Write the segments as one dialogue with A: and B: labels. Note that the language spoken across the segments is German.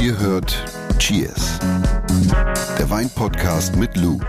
A: Ihr hört Cheers. Der Wein-Podcast mit Lou.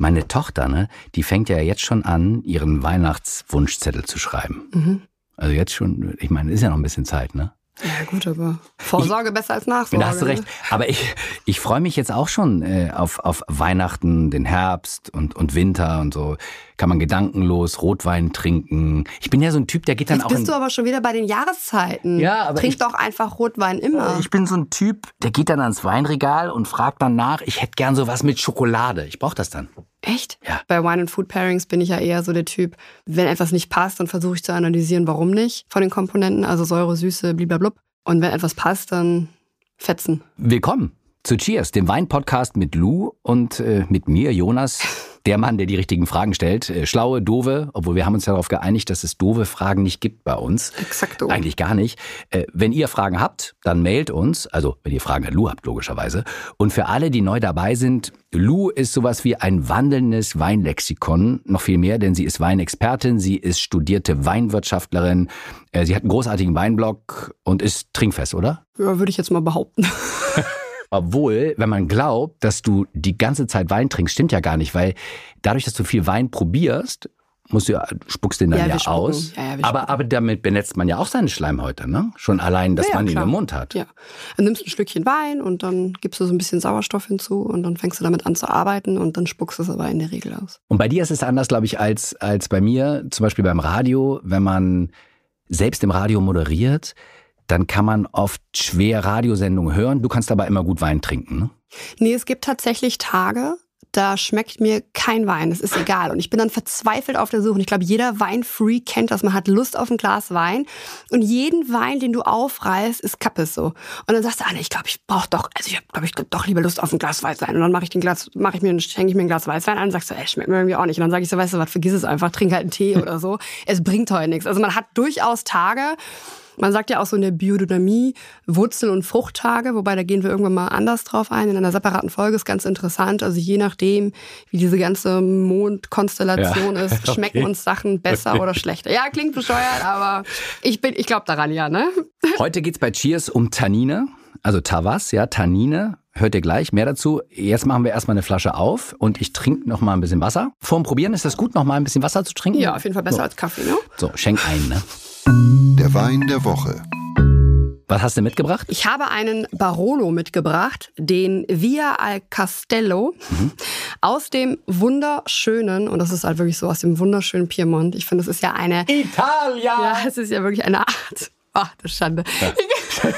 B: Meine Tochter, ne, die fängt ja jetzt schon an, ihren Weihnachtswunschzettel zu schreiben.
C: Mhm.
B: Also jetzt schon, ich meine, ist ja noch ein bisschen Zeit, ne?
C: Ja gut, aber Vorsorge besser als Nachsorge.
B: Da hast du recht.
C: ne?
B: Aber ich, ich freue mich jetzt auch schon äh, auf, auf Weihnachten, den Herbst und, und Winter und so. Kann man gedankenlos Rotwein trinken. Ich bin ja so ein Typ, der geht dann
C: Jetzt
B: auch in,
C: bist du aber schon wieder bei den Jahreszeiten.
B: Ja, aber
C: Trink
B: ich-
C: doch einfach Rotwein immer.
B: Ich bin so ein Typ, der geht dann ans Weinregal und fragt dann nach, ich hätte gern sowas mit Schokolade. Ich brauche das dann.
C: Echt?
B: Ja.
C: Bei Wine und Food Pairings bin ich ja eher so der Typ, wenn etwas nicht passt, dann versuche ich zu analysieren, warum nicht von den Komponenten, also Säure, Süße, bliblablub. Und wenn etwas passt, dann fetzen.
B: Willkommen zu Cheers, dem Wein-Podcast mit Lou und äh, mit mir, Jonas, der Mann, der die richtigen Fragen stellt. Äh, schlaue, doofe, obwohl wir haben uns ja darauf geeinigt, dass es doofe Fragen nicht gibt bei uns.
C: Exakto.
B: Eigentlich gar nicht. Äh, wenn ihr Fragen habt, dann mailt uns. Also, wenn ihr Fragen an Lou habt, logischerweise. Und für alle, die neu dabei sind, Lou ist sowas wie ein wandelndes Weinlexikon. Noch viel mehr, denn sie ist Weinexpertin, sie ist studierte Weinwirtschaftlerin, äh, sie hat einen großartigen Weinblog und ist trinkfest, oder?
C: Ja, würde ich jetzt mal behaupten.
B: Obwohl, wenn man glaubt, dass du die ganze Zeit Wein trinkst, stimmt ja gar nicht, weil dadurch, dass du viel Wein probierst, musst du, ja- spuckst den dann
C: Ja,
B: ja,
C: wir spucken.
B: aus.
C: Ja, ja, wir
B: aber, aber damit benetzt man ja auch seine Schleimhäute, ne? Schon allein, dass
C: Ja, ja,
B: man ihn
C: klar.
B: im Mund hat.
C: Ja. Dann nimmst du ein Stückchen Wein und dann gibst du so ein bisschen Sauerstoff hinzu und dann fängst du damit an zu arbeiten und dann spuckst du es aber in der Regel aus.
B: Und bei dir ist es anders, glaube ich, als, als bei mir, zum Beispiel beim Radio, wenn man selbst im Radio moderiert, dann kann man oft schwer Radiosendungen hören. Du kannst aber immer gut Wein trinken. Ne?
C: Nee, es gibt tatsächlich Tage, da schmeckt mir kein Wein. Das ist egal. Und ich bin dann verzweifelt auf der Suche. Und ich glaube, jeder Weinfreak kennt das. Man hat Lust auf ein Glas Wein. Und jeden Wein, den du aufreißt, ist Kappes so. Und dann sagst du, ah, nee, ich glaube, ich brauche doch, also ich habe, glaube ich, doch lieber Lust auf ein Glas Weißwein. Und dann mache ich den Glas, mache ich mir, schenke ich mir ein Glas Weißwein an und sagst du, ey, schmeckt mir irgendwie auch nicht. Und dann sage ich so, weißt du was, vergiss es einfach, trink halt einen Tee oder so. Es bringt heute nichts. Also man hat durchaus Tage, man sagt ja auch so in der Biodynamie Wurzel- und Fruchttage, wobei da gehen wir irgendwann mal anders drauf ein. In einer separaten Folge ist ganz interessant. Also je nachdem, wie diese ganze Mondkonstellation
B: Ja.
C: ist, schmecken
B: Okay.
C: uns Sachen besser oder schlechter. Ja, klingt bescheuert, aber ich bin, ich glaube daran ja, ne?
B: Heute geht's bei Cheers um Tannine, also Tawas, ja, Tannine. Hört ihr gleich mehr dazu. Jetzt machen wir erstmal eine Flasche auf und ich trinke noch mal ein bisschen Wasser. Vorm Probieren ist das gut, noch mal ein bisschen Wasser zu trinken?
C: Ja, auf jeden Fall besser als Kaffee, ne?
B: So, schenk ein, ne?
A: Der Wein der Woche.
B: Was hast du mitgebracht?
C: Ich habe einen Barolo mitgebracht, den Via al Castello
B: Mhm.
C: aus dem wunderschönen, und das ist halt wirklich so, aus dem wunderschönen Piemont. Ich finde, es ist ja eine
B: Italia!
C: Ja, es ist ja wirklich eine Art. Ach, das ist Schande. Sag mal,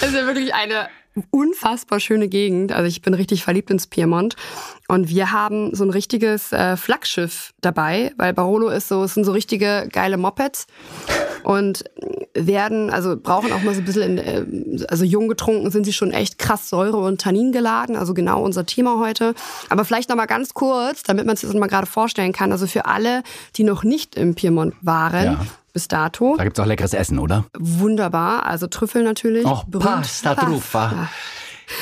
C: Es ist ja wirklich eine unfassbar schöne Gegend. Also ich bin richtig verliebt ins Piemont. Und wir haben so ein richtiges äh, Flaggschiff dabei, weil Barolo ist so, es sind so richtige geile Mopeds und werden, also brauchen auch mal so ein bisschen, in, äh, also jung getrunken sind sie schon echt krass Säure und Tannin geladen, also genau unser Thema heute. Aber vielleicht nochmal ganz kurz, damit man es sich das mal gerade vorstellen kann, also für alle, die noch nicht im Piemont waren,
B: Ja.
C: bis dato,
B: Da gibt's auch leckeres Essen, oder?
C: wunderbar, also Trüffel natürlich.
B: Oh,
C: berühmt.
B: Pasta Truffa.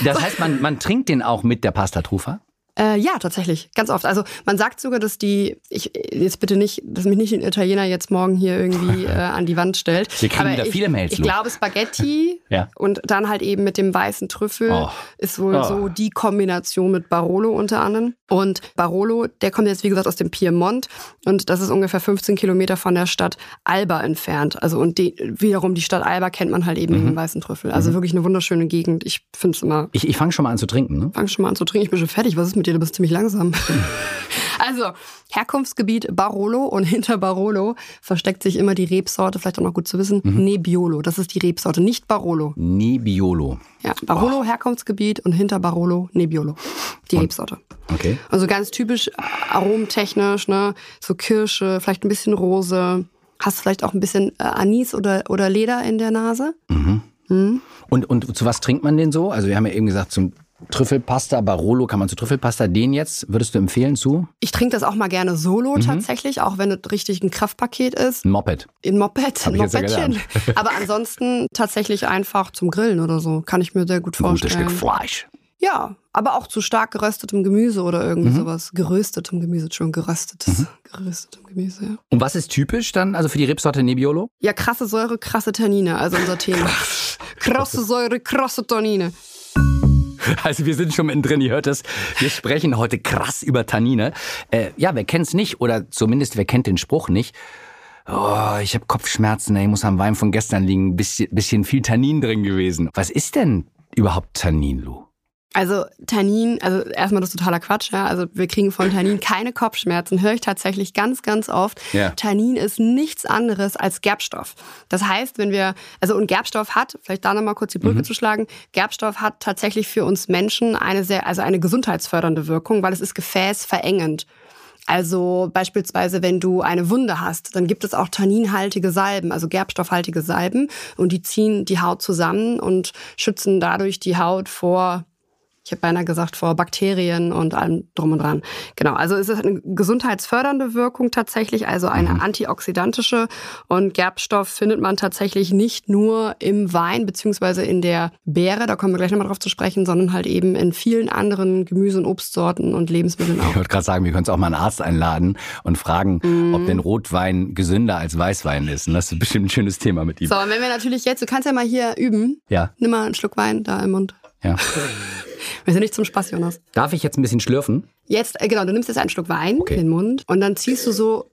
B: Das heißt, man, man trinkt den auch mit der Pasta Truffa?
C: Äh, ja, tatsächlich, ganz oft. Also man sagt sogar, dass die, ich jetzt bitte nicht, dass mich nicht ein Italiener jetzt morgen hier irgendwie äh, an die Wand stellt.
B: Wir kriegen
C: Aber
B: wieder
C: ich,
B: viele Mails,
C: Ich
B: Lu.
C: glaube Spaghetti
B: Ja.
C: und dann halt eben mit dem weißen Trüffel
B: Oh.
C: ist wohl
B: Oh.
C: so die Kombination mit Barolo unter anderem. Und Barolo, der kommt jetzt wie gesagt aus dem Piemont und das ist ungefähr 15 Kilometer von der Stadt Alba entfernt. Also und die, wiederum die Stadt Alba kennt man halt
B: Mhm.
C: eben mit dem weißen Trüffel. Also wirklich eine wunderschöne Gegend. Ich finde es immer
B: Ich, ich fange schon mal an zu trinken, ne?
C: Fang schon mal an zu trinken. Ich bin schon fertig. Was ist mit dir? Du bist ziemlich langsam. Also, Herkunftsgebiet Barolo und hinter Barolo versteckt sich immer die Rebsorte, vielleicht auch noch gut zu wissen, Nebbiolo. Das ist die Rebsorte, nicht Barolo.
B: Nebbiolo.
C: Ja, Barolo, Herkunftsgebiet und hinter Barolo, Nebbiolo. Die Rebsorte.
B: Okay.
C: Also ganz typisch aromentechnisch, ne? So Kirsche, vielleicht ein bisschen Rose. Hast du vielleicht auch ein bisschen äh, Anis oder, oder Leder in der Nase?
B: Und, und zu was trinkt man den so? Also wir haben ja eben gesagt, zum Trüffelpasta, Barolo kann man zu Trüffelpasta. Den jetzt würdest du empfehlen zu?
C: Ich trinke das auch mal gerne solo tatsächlich, auch wenn es richtig ein Kraftpaket ist.
B: Ein Moped.
C: In Moped,
B: ich jetzt ja
C: Mopedchen.
B: gelernt.
C: Aber ansonsten tatsächlich einfach zum Grillen oder so, kann ich mir sehr gut
B: Ein gutes
C: vorstellen.
B: Stück Fleisch.
C: Ja, aber auch zu stark geröstetem Gemüse oder irgendwie
B: Mhm.
C: sowas. Geröstetem Gemüse, schon geröstetes. Geröstetem Gemüse, ja.
B: Und was ist typisch dann, also für die Rebsorte Nebbiolo?
C: Ja, krasse Säure, krasse Tannine, also unser Thema. krasse Säure, krasse Tannine.
B: Also wir sind schon mittendrin, ihr hört es. Wir sprechen heute krass über Tannine. Äh, ja, wer kennt's nicht oder zumindest wer kennt den Spruch nicht? Oh, ich habe Kopfschmerzen, ey, muss am Wein von gestern liegen. Bisschen, bisschen viel Tannin drin gewesen. Was ist denn überhaupt Tannin, Lou?
C: Also Tannin, also erstmal das ist totaler Quatsch, ja. Also wir kriegen von Tannin keine Kopfschmerzen, höre ich tatsächlich ganz, ganz oft.
B: Ja.
C: Tannin ist nichts anderes als Gerbstoff. Das heißt, wenn wir, also und Gerbstoff hat, vielleicht da nochmal kurz die Brücke zu schlagen, Gerbstoff hat tatsächlich für uns Menschen eine sehr, also eine gesundheitsfördernde Wirkung, weil es ist gefäßverengend. Also beispielsweise, wenn du eine Wunde hast, dann gibt es auch tanninhaltige Salben, also gerbstoffhaltige Salben und die ziehen die Haut zusammen und schützen dadurch die Haut vor ich habe beinahe gesagt, vor Bakterien und allem drum und dran. Genau, also es ist eine gesundheitsfördernde Wirkung tatsächlich, also eine antioxidantische. Und Gerbstoff findet man tatsächlich nicht nur im Wein beziehungsweise in der Beere, da kommen wir gleich nochmal drauf zu sprechen, sondern halt eben in vielen anderen Gemüse- und Obstsorten und Lebensmitteln auch.
B: Ich wollte gerade sagen, wir können auch mal einen Arzt einladen und fragen,
C: Mhm.
B: ob denn Rotwein gesünder als Weißwein ist. Und das ist bestimmt ein schönes Thema mit ihm.
C: So, und wenn wir natürlich jetzt, du kannst ja mal hier üben.
B: Ja,
C: Nimm mal einen Schluck Wein da im Mund.
B: ja.
C: Wir sind nicht zum Spaß, Jonas.
B: Darf ich jetzt ein bisschen schlürfen?
C: Jetzt, äh, genau, du nimmst jetzt einen Schluck Wein
B: Okay.
C: in den Mund und dann ziehst du so,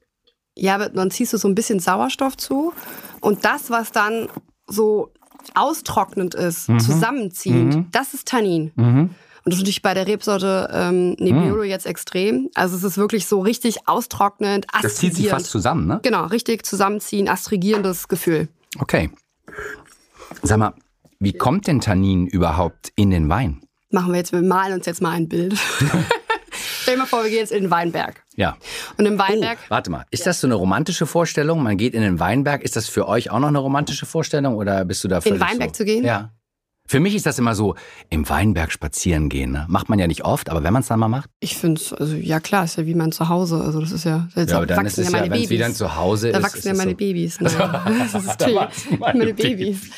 C: ja, aber dann ziehst du so ein bisschen Sauerstoff zu und das, was dann so austrocknend ist,
B: Mhm.
C: zusammenziehend, das ist Tannin. Und das ist natürlich bei der Rebsorte ähm,
B: Mhm.
C: Nebbiolo jetzt extrem. Also es ist wirklich so richtig austrocknend, astrigierend.
B: Das zieht sich fast zusammen, ne?
C: Genau, richtig zusammenziehen, astrigierendes Gefühl.
B: Okay. Sag mal, wie kommt denn Tannin überhaupt in den Wein?
C: Machen wir jetzt, wir malen uns jetzt mal ein Bild. Stell dir mal vor, wir gehen jetzt in den Weinberg.
B: Ja.
C: Und
B: Oh.
C: im Weinberg
B: Warte mal, ist das so eine romantische Vorstellung? Man geht in den Weinberg. Ist das für euch auch noch eine romantische Vorstellung oder bist du da völlig
C: Weinberg
B: so?
C: zu gehen?
B: Ja. Für mich ist das immer so, im Weinberg spazieren gehen. Ne? Macht man ja nicht oft, aber wenn man es dann mal macht,
C: Ich finde es, also ja klar, ist ja wie mein Zuhause. Also das ist ja, jetzt
B: aber dann ist
C: wachsen
B: es ja,
C: ja meine
B: wenn's
C: Babys.
B: wieder ein Zuhause
C: da
B: ist,
C: wachsen
B: ist
C: ja
B: es
C: meine
B: so.
C: Babys. Nein, das ist natürlich meine, Babys.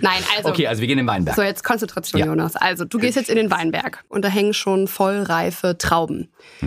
C: Nein, also,
B: Okay, also wir gehen in den Weinberg.
C: so jetzt Konzentration,
B: Ja.
C: Jonas. Also du gehst jetzt in den Weinberg und da hängen schon vollreife Trauben
B: Mhm.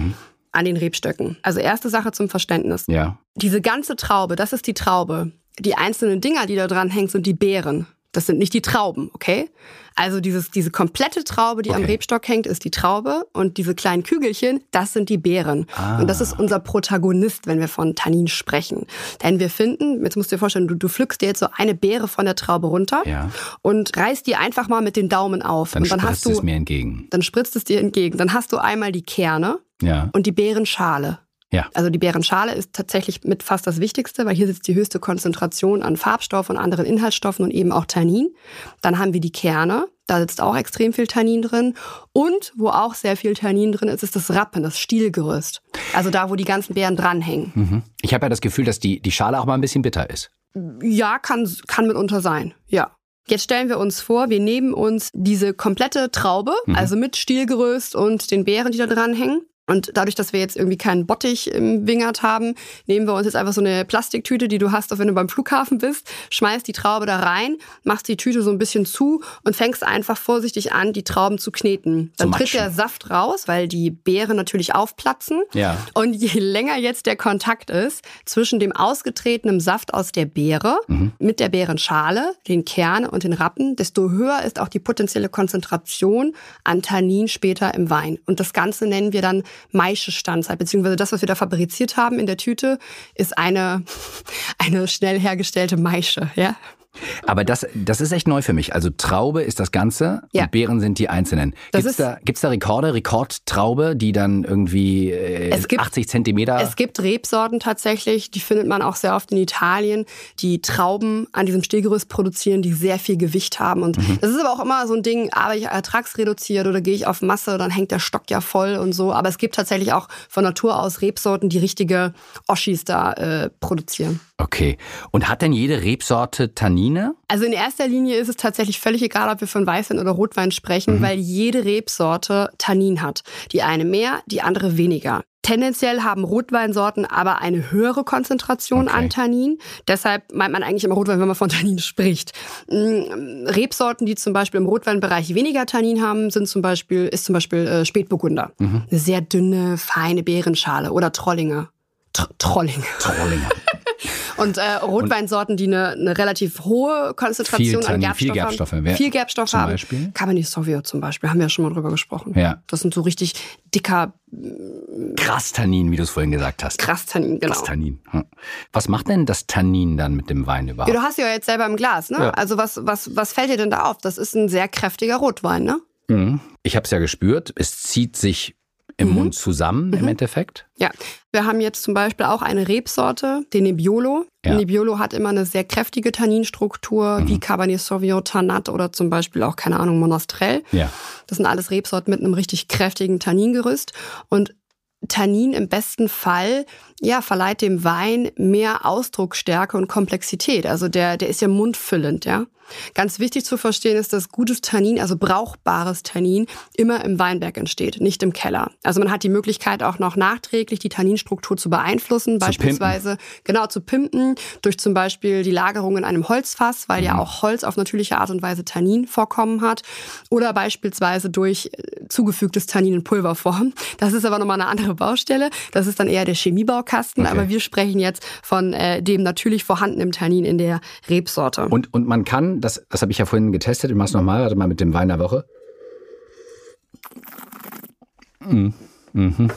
C: an den Rebstöcken. Also erste Sache zum Verständnis.
B: Ja.
C: Diese ganze Traube, das ist die Traube. Die einzelnen Dinger, die da dran hängen, sind die Beeren. Das sind nicht die Trauben, okay? Also dieses, diese komplette Traube, die am
B: Okay.
C: Rebstock hängt, ist die Traube und diese kleinen Kügelchen, das sind die Beeren.
B: Ah.
C: Und das ist unser Protagonist, wenn wir von Tannin sprechen. Denn wir finden, jetzt musst du dir vorstellen, du, du pflückst dir jetzt so eine Beere von der Traube runter
B: Ja.
C: und reißt die einfach mal mit den Daumen auf.
B: Dann,
C: und dann
B: spritzt
C: hast du,
B: es mir entgegen.
C: dann spritzt es dir entgegen. Dann hast du einmal die Kerne
B: Ja.
C: und die Beerenschale.
B: Ja.
C: Also die Beerenschale ist tatsächlich mit fast das Wichtigste, weil hier sitzt die höchste Konzentration an Farbstoff und anderen Inhaltsstoffen und eben auch Tannin. Dann haben wir die Kerne, da sitzt auch extrem viel Tannin drin. Und wo auch sehr viel Tannin drin ist, ist das Rappen, das Stielgerüst. Also da, wo die ganzen Beeren dranhängen.
B: Mhm. Ich habe ja das Gefühl, dass die, die Schale auch mal ein bisschen bitter ist.
C: Ja, kann, kann mitunter sein. Ja. Jetzt stellen wir uns vor, wir nehmen uns diese komplette Traube, also mit Stielgeröst und den Beeren, die da dranhängen. Und dadurch, dass wir jetzt irgendwie keinen Bottich im Wingert haben, nehmen wir uns jetzt einfach so eine Plastiktüte, die du hast, auch wenn du beim Flughafen bist, schmeißt die Traube da rein, machst die Tüte so ein bisschen zu und fängst einfach vorsichtig an, die Trauben zu kneten. Dann tritt
B: matschen.
C: der Saft raus, weil die Beeren natürlich aufplatzen.
B: Ja.
C: Und je länger jetzt der Kontakt ist zwischen dem ausgetretenen Saft aus der Beere mit der Beerenschale, den Kern und den Rappen, desto höher ist auch die potenzielle Konzentration an Tannin später im Wein. Und das Ganze nennen wir dann Maische Standzeit, beziehungsweise das, was wir da fabriziert haben in der Tüte, ist eine, eine schnell hergestellte Maische. Ja?
B: Aber das, das ist echt neu für mich. Also Traube ist das Ganze
C: Ja.
B: und Beeren sind die einzelnen.
C: Das
B: Gibt's
C: ist-
B: da, gibt's da Rekorde, Rekordtraube, die dann irgendwie äh,
C: Es gibt-
B: 80 Zentimeter...
C: Es gibt Rebsorten tatsächlich, die findet man auch sehr oft in Italien, die Trauben an diesem Stillgerüst produzieren, die sehr viel Gewicht haben. Und das ist aber auch immer so ein Ding, ah, aber ich ertragsreduziert oder gehe ich auf Masse, dann hängt der Stock ja voll und so. Aber es gibt tatsächlich auch von Natur aus Rebsorten, die richtige Oschis da äh, produzieren.
B: okay. Und hat denn jede Rebsorte Tannine?
C: Also in erster Linie ist es tatsächlich völlig egal, ob wir von Weißwein oder Rotwein sprechen, weil jede Rebsorte Tannin hat. Die eine mehr, die andere weniger. Tendenziell haben Rotweinsorten aber eine höhere Konzentration
B: Okay.
C: an Tannin. Deshalb meint man eigentlich immer Rotwein, wenn man von Tannin spricht. Mm, Rebsorten, die zum Beispiel im Rotweinbereich weniger Tannin haben, sind zum Beispiel, ist zum Beispiel äh, Spätburgunder. Eine sehr dünne, feine Beerenschale oder Trollinger. Tr Trollinger.
B: Trollinger.
C: Und äh, Rotweinsorten, die eine, eine relativ hohe Konzentration
B: Viel Tannin,
C: an Gerbstoffen,
B: viel Gerbstoffe,
C: haben.
B: wer-
C: viel Gerbstoffe
B: zum
C: haben.
B: Beispiel?
C: Cabernet Sauvignon zum Beispiel, haben wir ja schon mal drüber gesprochen.
B: Ja.
C: Das sind so richtig dicker
B: Krass Tannin, wie du es vorhin gesagt hast.
C: Krass-Tannin, genau.
B: Das Tannin. Hm. Was macht denn das Tannin dann mit dem Wein
C: Ja,
B: überhaupt?
C: du hast sie ja jetzt selber im Glas, ne?
B: Ja.
C: Also was, was, was fällt dir denn da auf? Das ist ein sehr kräftiger Rotwein, ne?
B: Mhm. Ich habe es ja gespürt, es zieht sich
C: Mhm.
B: im Mund zusammen im Endeffekt.
C: Ja, wir haben jetzt zum Beispiel auch eine Rebsorte, den Nebbiolo.
B: Ja. Mhm.
C: Nebbiolo hat immer eine sehr kräftige Tanninstruktur, wie Cabernet Sauvignon, Tannat oder zum Beispiel auch, keine Ahnung, Monastrell.
B: Ja.
C: Das sind alles Rebsorten mit einem richtig kräftigen Tanningerüst. Und Tannin im besten Fall, ja, verleiht dem Wein mehr Ausdrucksstärke und Komplexität. Also der, der ist ja mundfüllend, ja. Ganz wichtig zu verstehen ist, dass gutes Tannin, also brauchbares Tannin, immer im Weinberg entsteht, nicht im Keller. Also man hat die Möglichkeit auch noch nachträglich die Tanninstruktur zu beeinflussen, beispielsweise genau zu pimpen durch zum Beispiel die Lagerung in einem Holzfass, weil
B: Mhm.
C: ja auch Holz auf natürliche Art und Weise Tannin vorkommen hat oder beispielsweise durch äh, zugefügtes Tannin in Pulverform. Das ist aber nochmal eine andere Baustelle. Das ist dann eher der Chemiebaukasten,
B: Okay.
C: aber wir sprechen jetzt von äh, dem natürlich vorhandenen Tannin in der Rebsorte.
B: Und, und man kann, das, das habe ich ja vorhin getestet, ich mache es nochmal, warte mal mit dem Wein der Woche. Mhm. Mhm.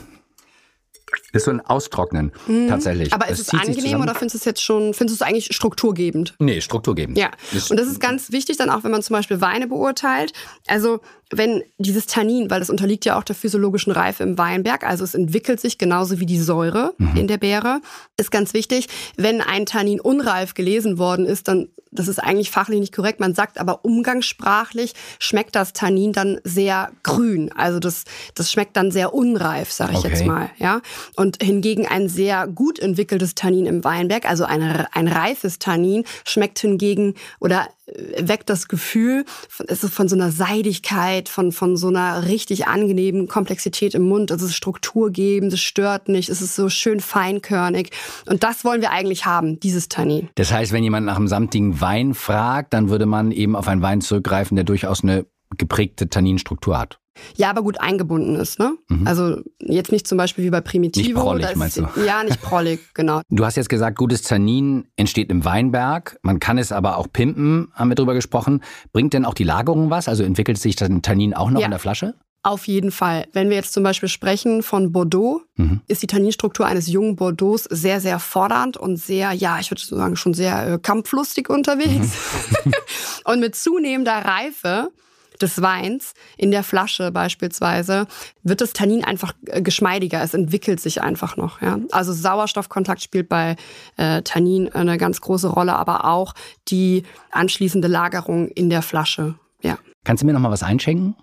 B: Ist so ein Austrocknen, tatsächlich.
C: Mhm. aber ist es
B: zieht sich
C: angenehm
B: zusammen.
C: oder findest du es jetzt schon, findest du es eigentlich strukturgebend?
B: Nee, strukturgebend.
C: Ja,
B: Das-
C: und das ist ganz wichtig dann auch, wenn man zum Beispiel Weine beurteilt. Also wenn dieses Tannin, weil das unterliegt ja auch der physiologischen Reife im Weinberg, also es entwickelt sich genauso wie die Säure
B: Mhm.
C: in der Beere, ist ganz wichtig. Wenn ein Tannin unreif gelesen worden ist, dann, das ist eigentlich fachlich nicht korrekt, man sagt aber umgangssprachlich, schmeckt das Tannin dann sehr grün. Also das, das schmeckt dann sehr unreif, sage ich jetzt
B: Okay.
C: mal. Ja? Und hingegen ein sehr gut entwickeltes Tannin im Weinberg, also ein, ein reifes Tannin, schmeckt hingegen oder äh, weckt das Gefühl, von- es ist von so einer Seidigkeit, von, von so einer richtig angenehmen Komplexität im Mund. Es ist strukturgebend, es stört nicht, es ist so schön feinkörnig. Und das wollen wir eigentlich haben, dieses Tannin.
B: Das heißt, wenn jemand nach einem samtigen Wein fragt, dann würde man eben auf einen Wein zurückgreifen, der durchaus eine geprägte Tanninstruktur hat.
C: Ja, aber gut eingebunden ist, ne? Also jetzt nicht zum Beispiel wie bei Primitivo.
B: Mhm. Nicht prollig,
C: da ist-
B: meinst du?
C: Ja, nicht prollig, genau.
B: Du hast jetzt gesagt, gutes Tannin entsteht im Weinberg. Man kann es aber auch pimpen, haben wir drüber gesprochen. Bringt denn auch die Lagerung was? Also entwickelt sich das Tannin auch noch
C: Ja.
B: in der Flasche?
C: Auf jeden Fall. Wenn wir jetzt zum Beispiel sprechen von Bordeaux, ist die Tanninstruktur eines jungen Bordeaux sehr, sehr fordernd und sehr, ja, ich würde so sagen, schon sehr äh, kampflustig unterwegs. und mit zunehmender Reife des Weins in der Flasche beispielsweise wird das Tannin einfach äh, geschmeidiger. Es entwickelt sich einfach noch. Ja? Also Sauerstoffkontakt spielt bei äh, Tannin eine ganz große Rolle, aber auch die anschließende Lagerung in der Flasche. Ja.
B: Kannst du mir noch mal was einschenken?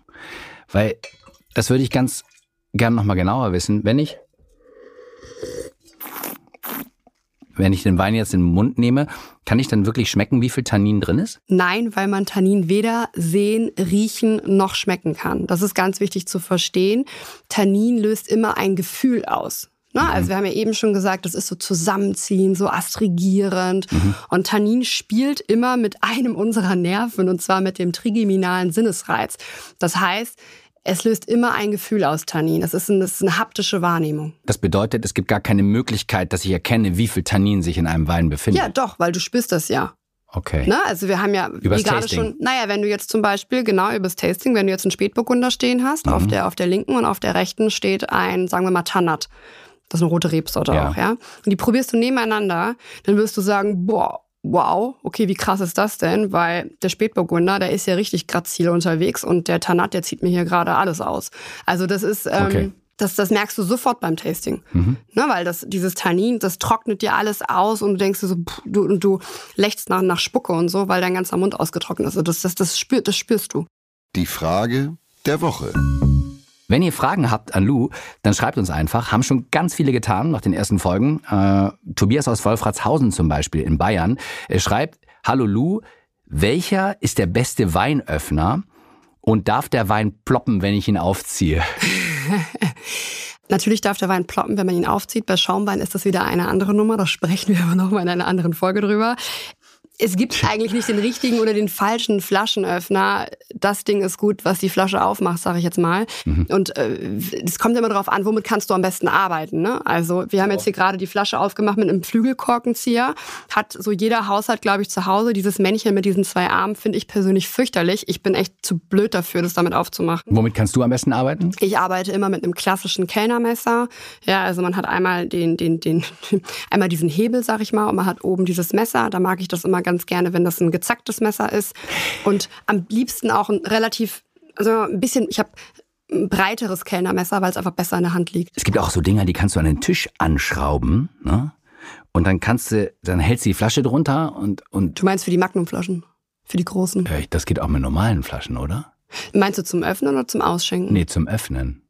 B: Weil das würde ich ganz gern noch mal genauer wissen. Wenn ich wenn ich den Wein jetzt in den Mund nehme, kann ich dann wirklich schmecken, wie viel Tannin drin ist?
C: Nein, weil man Tannin weder sehen, riechen noch schmecken kann. Das ist ganz wichtig zu verstehen. Tannin löst immer ein Gefühl aus. Ne? Also wir haben ja eben schon gesagt, das ist so zusammenziehen, so astrigierend. Und Tannin spielt immer mit einem unserer Nerven und zwar mit dem trigeminalen Sinnesreiz. Das heißt, es löst immer ein Gefühl aus Tannin. Das ist, ein, das ist eine haptische Wahrnehmung.
B: Das bedeutet, es gibt gar keine Möglichkeit, dass ich erkenne, wie viel Tannin sich in einem Wein befindet.
C: Ja, doch, weil du spürst das ja.
B: Okay.
C: Ne? Also wir haben ja
B: Übers
C: wie gerade
B: Tasting.
C: schon, naja, wenn du jetzt zum Beispiel, genau übers Tasting, wenn du jetzt einen Spätburgunder stehen hast,
B: Mhm.
C: auf, der, auf der linken und auf der rechten steht ein, sagen wir mal, Tannat. Das ist eine rote Rebsorte
B: Ja.
C: auch, ja. Und die probierst du nebeneinander, dann wirst du sagen, boah, wow, okay, wie krass ist das denn? Weil der Spätburgunder, der ist ja richtig grazil unterwegs und der Tannat, der zieht mir hier gerade alles aus. Also das ist... Ähm,
B: Okay.
C: das, das merkst du sofort beim Tasting. Ne, weil das, dieses Tannin, das trocknet dir alles aus und du denkst dir so, pff, du, und du lächst nach, nach Spucke und so, weil dein ganzer Mund ausgetrocknet ist. Also Das, das, das, spür, das spürst du.
A: Die Frage der Woche.
B: Wenn ihr Fragen habt an Lou, dann schreibt uns einfach. Haben schon ganz viele getan nach den ersten Folgen. Äh, Tobias aus Wolfratshausen zum Beispiel in Bayern äh, schreibt, Hallo Lou, welcher ist der beste Weinöffner und darf der Wein ploppen, wenn ich ihn aufziehe?
C: Natürlich darf der Wein ploppen, wenn man ihn aufzieht. Bei Schaumwein ist das wieder eine andere Nummer. Da sprechen wir aber nochmal in einer anderen Folge drüber. Es gibt eigentlich nicht den richtigen oder den falschen Flaschenöffner. Das Ding ist gut, was die Flasche aufmacht, sage ich jetzt mal. Und äh, es kommt immer darauf an, womit kannst du am besten arbeiten. Ne? Also wir haben jetzt hier gerade die Flasche aufgemacht mit einem Flügelkorkenzieher. Hat so jeder Haushalt, glaube ich, zu Hause. Dieses Männchen mit diesen zwei Armen finde ich persönlich fürchterlich. Ich bin echt zu blöd dafür, das damit aufzumachen.
B: Womit kannst du am besten arbeiten?
C: Ich arbeite immer mit einem klassischen Kellnermesser. Ja, also man hat einmal den, den, den, einmal diesen Hebel, sag ich mal, und man hat oben dieses Messer. Da mag ich das immer ganz gerne, wenn das ein gezacktes Messer ist. Und am liebsten auch ein relativ, also ein bisschen, ich habe ein breiteres Kellnermesser, weil es einfach besser in der Hand liegt.
B: Es gibt auch so Dinger, die kannst du an den Tisch anschrauben, ne? Und dann kannst du, dann hältst du die Flasche drunter und, und
C: Du meinst für die Magnumflaschen? Für die großen?
B: äh, das geht auch mit normalen Flaschen, oder?
C: Meinst du zum Öffnen oder zum Ausschenken?
B: Nee, zum Öffnen.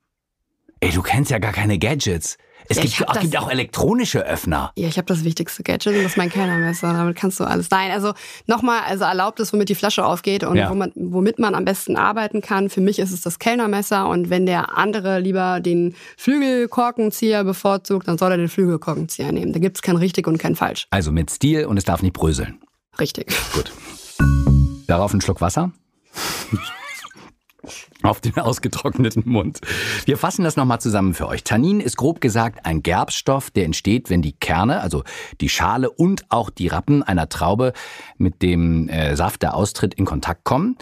B: Ey, du kennst ja gar keine Gadgets. Es
C: Ja, ich
B: gibt,
C: hab
B: auch,
C: das-
B: gibt auch elektronische Öffner.
C: Ja, ich habe das wichtigste Gadget und das ist mein Kellnermesser. Damit kannst du alles. Nein, also nochmal, also erlaubt ist, womit die Flasche aufgeht und
B: Ja.
C: womit, womit man am besten arbeiten kann. Für mich ist es das Kellnermesser und wenn der andere lieber den Flügelkorkenzieher bevorzugt, dann soll er den Flügelkorkenzieher nehmen. Da gibt's kein richtig und kein falsch.
B: Also mit Stil und es darf nicht bröseln.
C: Richtig.
B: Gut. Darauf einen Schluck Wasser. Auf den ausgetrockneten Mund. Wir fassen das nochmal zusammen für euch. Tannin ist grob gesagt ein Gerbstoff, der entsteht, wenn die Kerne, also die Schale und auch die Rappen einer Traube mit dem äh, Saft, der austritt, in Kontakt kommen.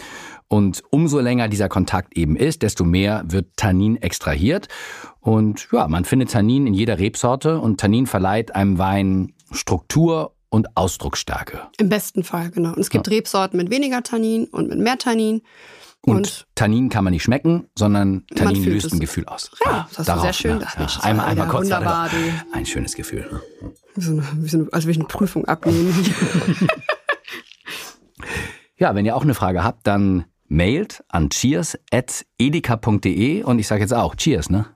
B: Und umso länger dieser Kontakt eben ist, desto mehr wird Tannin extrahiert. Und ja, man findet Tannin in jeder Rebsorte und Tannin verleiht einem Wein Struktur und Ausdrucksstärke.
C: Im besten Fall, genau. Und es gibt Rebsorten mit weniger Tannin und mit mehr Tannin.
B: Und,
C: Und-
B: Tannin kann man nicht schmecken, sondern Tannin
C: fühlt
B: löst
C: es.
B: ein Gefühl aus.
C: Ja,
B: Ah,
C: das hast du sehr schön.
B: ne?
C: Ach,
B: ja,
C: Mensch, das
B: einmal,
C: war
B: einmal
C: wieder
B: kurz. warte,
C: wunderbar,
B: warte. Ein schönes Gefühl.
C: Wie so eine, wie so eine, als würde also ich eine Prüfung abnehmen.
B: Ja, wenn ihr auch eine Frage habt, dann mailt an cheers.edeka.de und ich sage jetzt auch Cheers, ne?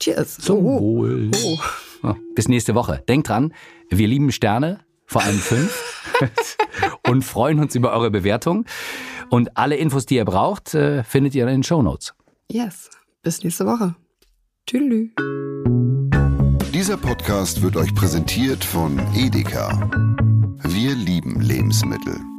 C: Cheers. So.
B: Wohl.
C: Oh.
B: Ja, Bis nächste Woche. Denkt dran, wir lieben Sterne, vor allem fünf, und freuen uns über eure Bewertung. Und alle Infos, die ihr braucht, äh, findet ihr in den Shownotes.
C: Yes. Bis nächste Woche. Tüdelü.
A: Dieser Podcast wird euch präsentiert von Edeka. Wir lieben Lebensmittel.